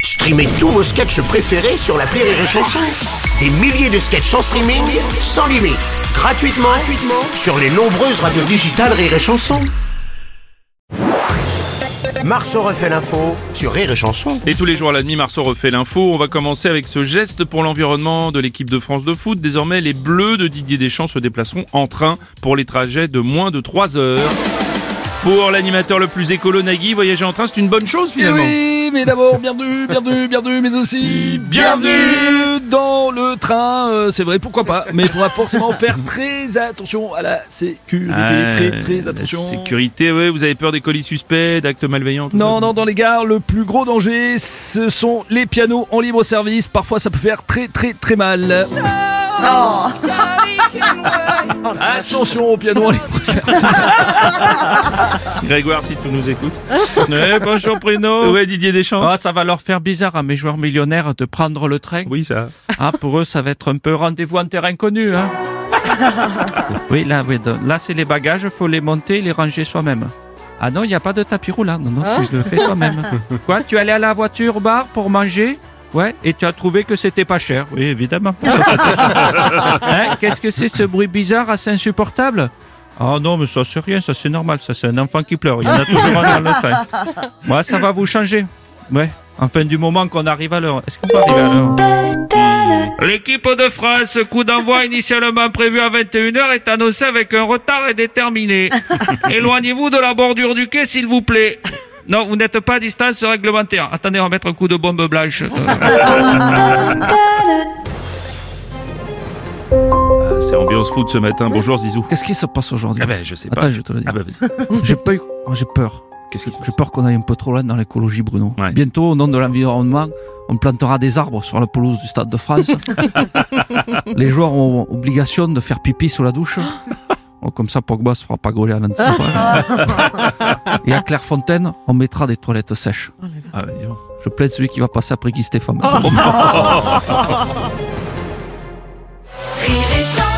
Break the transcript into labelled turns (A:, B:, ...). A: Streamez tous vos sketchs préférés sur la Rire et Chanson. Des milliers de sketchs en streaming, sans limite, gratuitement, gratuitement sur les nombreuses radios digitales Rire et Chanson. Marceau refait l'info sur Rire et Chanson.
B: Et tous les jours à la demi, Marceau refait l'info. On va commencer avec ce geste pour l'environnement de l'équipe de France de foot. Désormais, les Bleus de Didier Deschamps se déplaceront en train pour les trajets de moins de 3 heures. Pour l'animateur le plus écolo, Nagui, voyager en train, c'est une bonne chose finalement.
C: Eh Oui, mais d'abord, bienvenue, bienvenue, bienvenue, mais aussi
B: Bienvenue
C: dans le train. euh, c'est vrai, pourquoi pas, mais il faudra forcément faire très attention à la sécurité,
B: Ah,
C: très très
B: la
C: attention.
B: Sécurité, ouais, vous avez peur des colis suspects, d'actes malveillants tout
C: Non,
B: ça.
C: non, dans les gares, le plus gros danger, ce sont les pianos en libre service. Parfois, ça peut faire très très très mal. Attention aux pianos en libre service.
B: Grégoire, si tu nous écoutes. Eh,
C: ben,
B: bonjour Bruno. Ouais, Didier Deschamps.
D: Ah, ça va leur faire bizarre à mes joueurs millionnaires de prendre le train.
B: Oui, ça.
D: Ah, pour eux, ça va être un peu rendez-vous en terrain connu. Hein. Oui, là, oui, donc, là c'est les bagages, faut les monter et les ranger soi-même. Ah non, il n'y a pas de tapis roulant. Non, non, tu le fais toi-même. Quoi, tu allais à la voiture au bar pour manger Ouais, et tu as trouvé que c'était pas cher. Oui, évidemment. Hein, Qu'est-ce que c'est ce bruit bizarre assez insupportable Ah non, mais ça c'est rien, ça c'est normal, ça c'est un enfant qui pleure. Il y en a toujours un dans le train. Ouais, ça va vous changer. Ouais. Enfin, du moment qu'on arrive à l'heure. Est-ce qu'on peut arriver à l'heure L'équipe de France, coup d'envoi initialement prévu à 21h, est annoncée avec un retard déterminé. Éloignez-vous de la bordure du quai, s'il vous plaît. Non, vous n'êtes pas à distance réglementaire. Attendez, on va mettre un coup de bombe blanche.
B: C'est ambiance foot ce matin. Bonjour Zizou.
C: Qu'est-ce qui se passe aujourd'hui
B: Ah ben, je sais pas.
D: Attends, je vais te le dis.
B: Ah bah vas-y.
D: J'ai peur. J'ai peur.
B: Qu'est-ce qui se passe
D: J'ai peur qu'on aille un peu trop loin dans l'écologie, Bruno.
B: Ouais.
D: Bientôt, au nom de l'environnement, on plantera des arbres sur la pelouse du Stade de France. Les joueurs ont obligation de faire pipi sous la douche. Oh, comme ça, Pogba se fera pas gauler à l'antichambre. Et à Clairefontaine, on mettra des toilettes sèches.
B: Ah bah, dis donc.
D: Je plaide celui qui va passer après Guy Stéphane.
B: Oh,
E: Rire et chanson.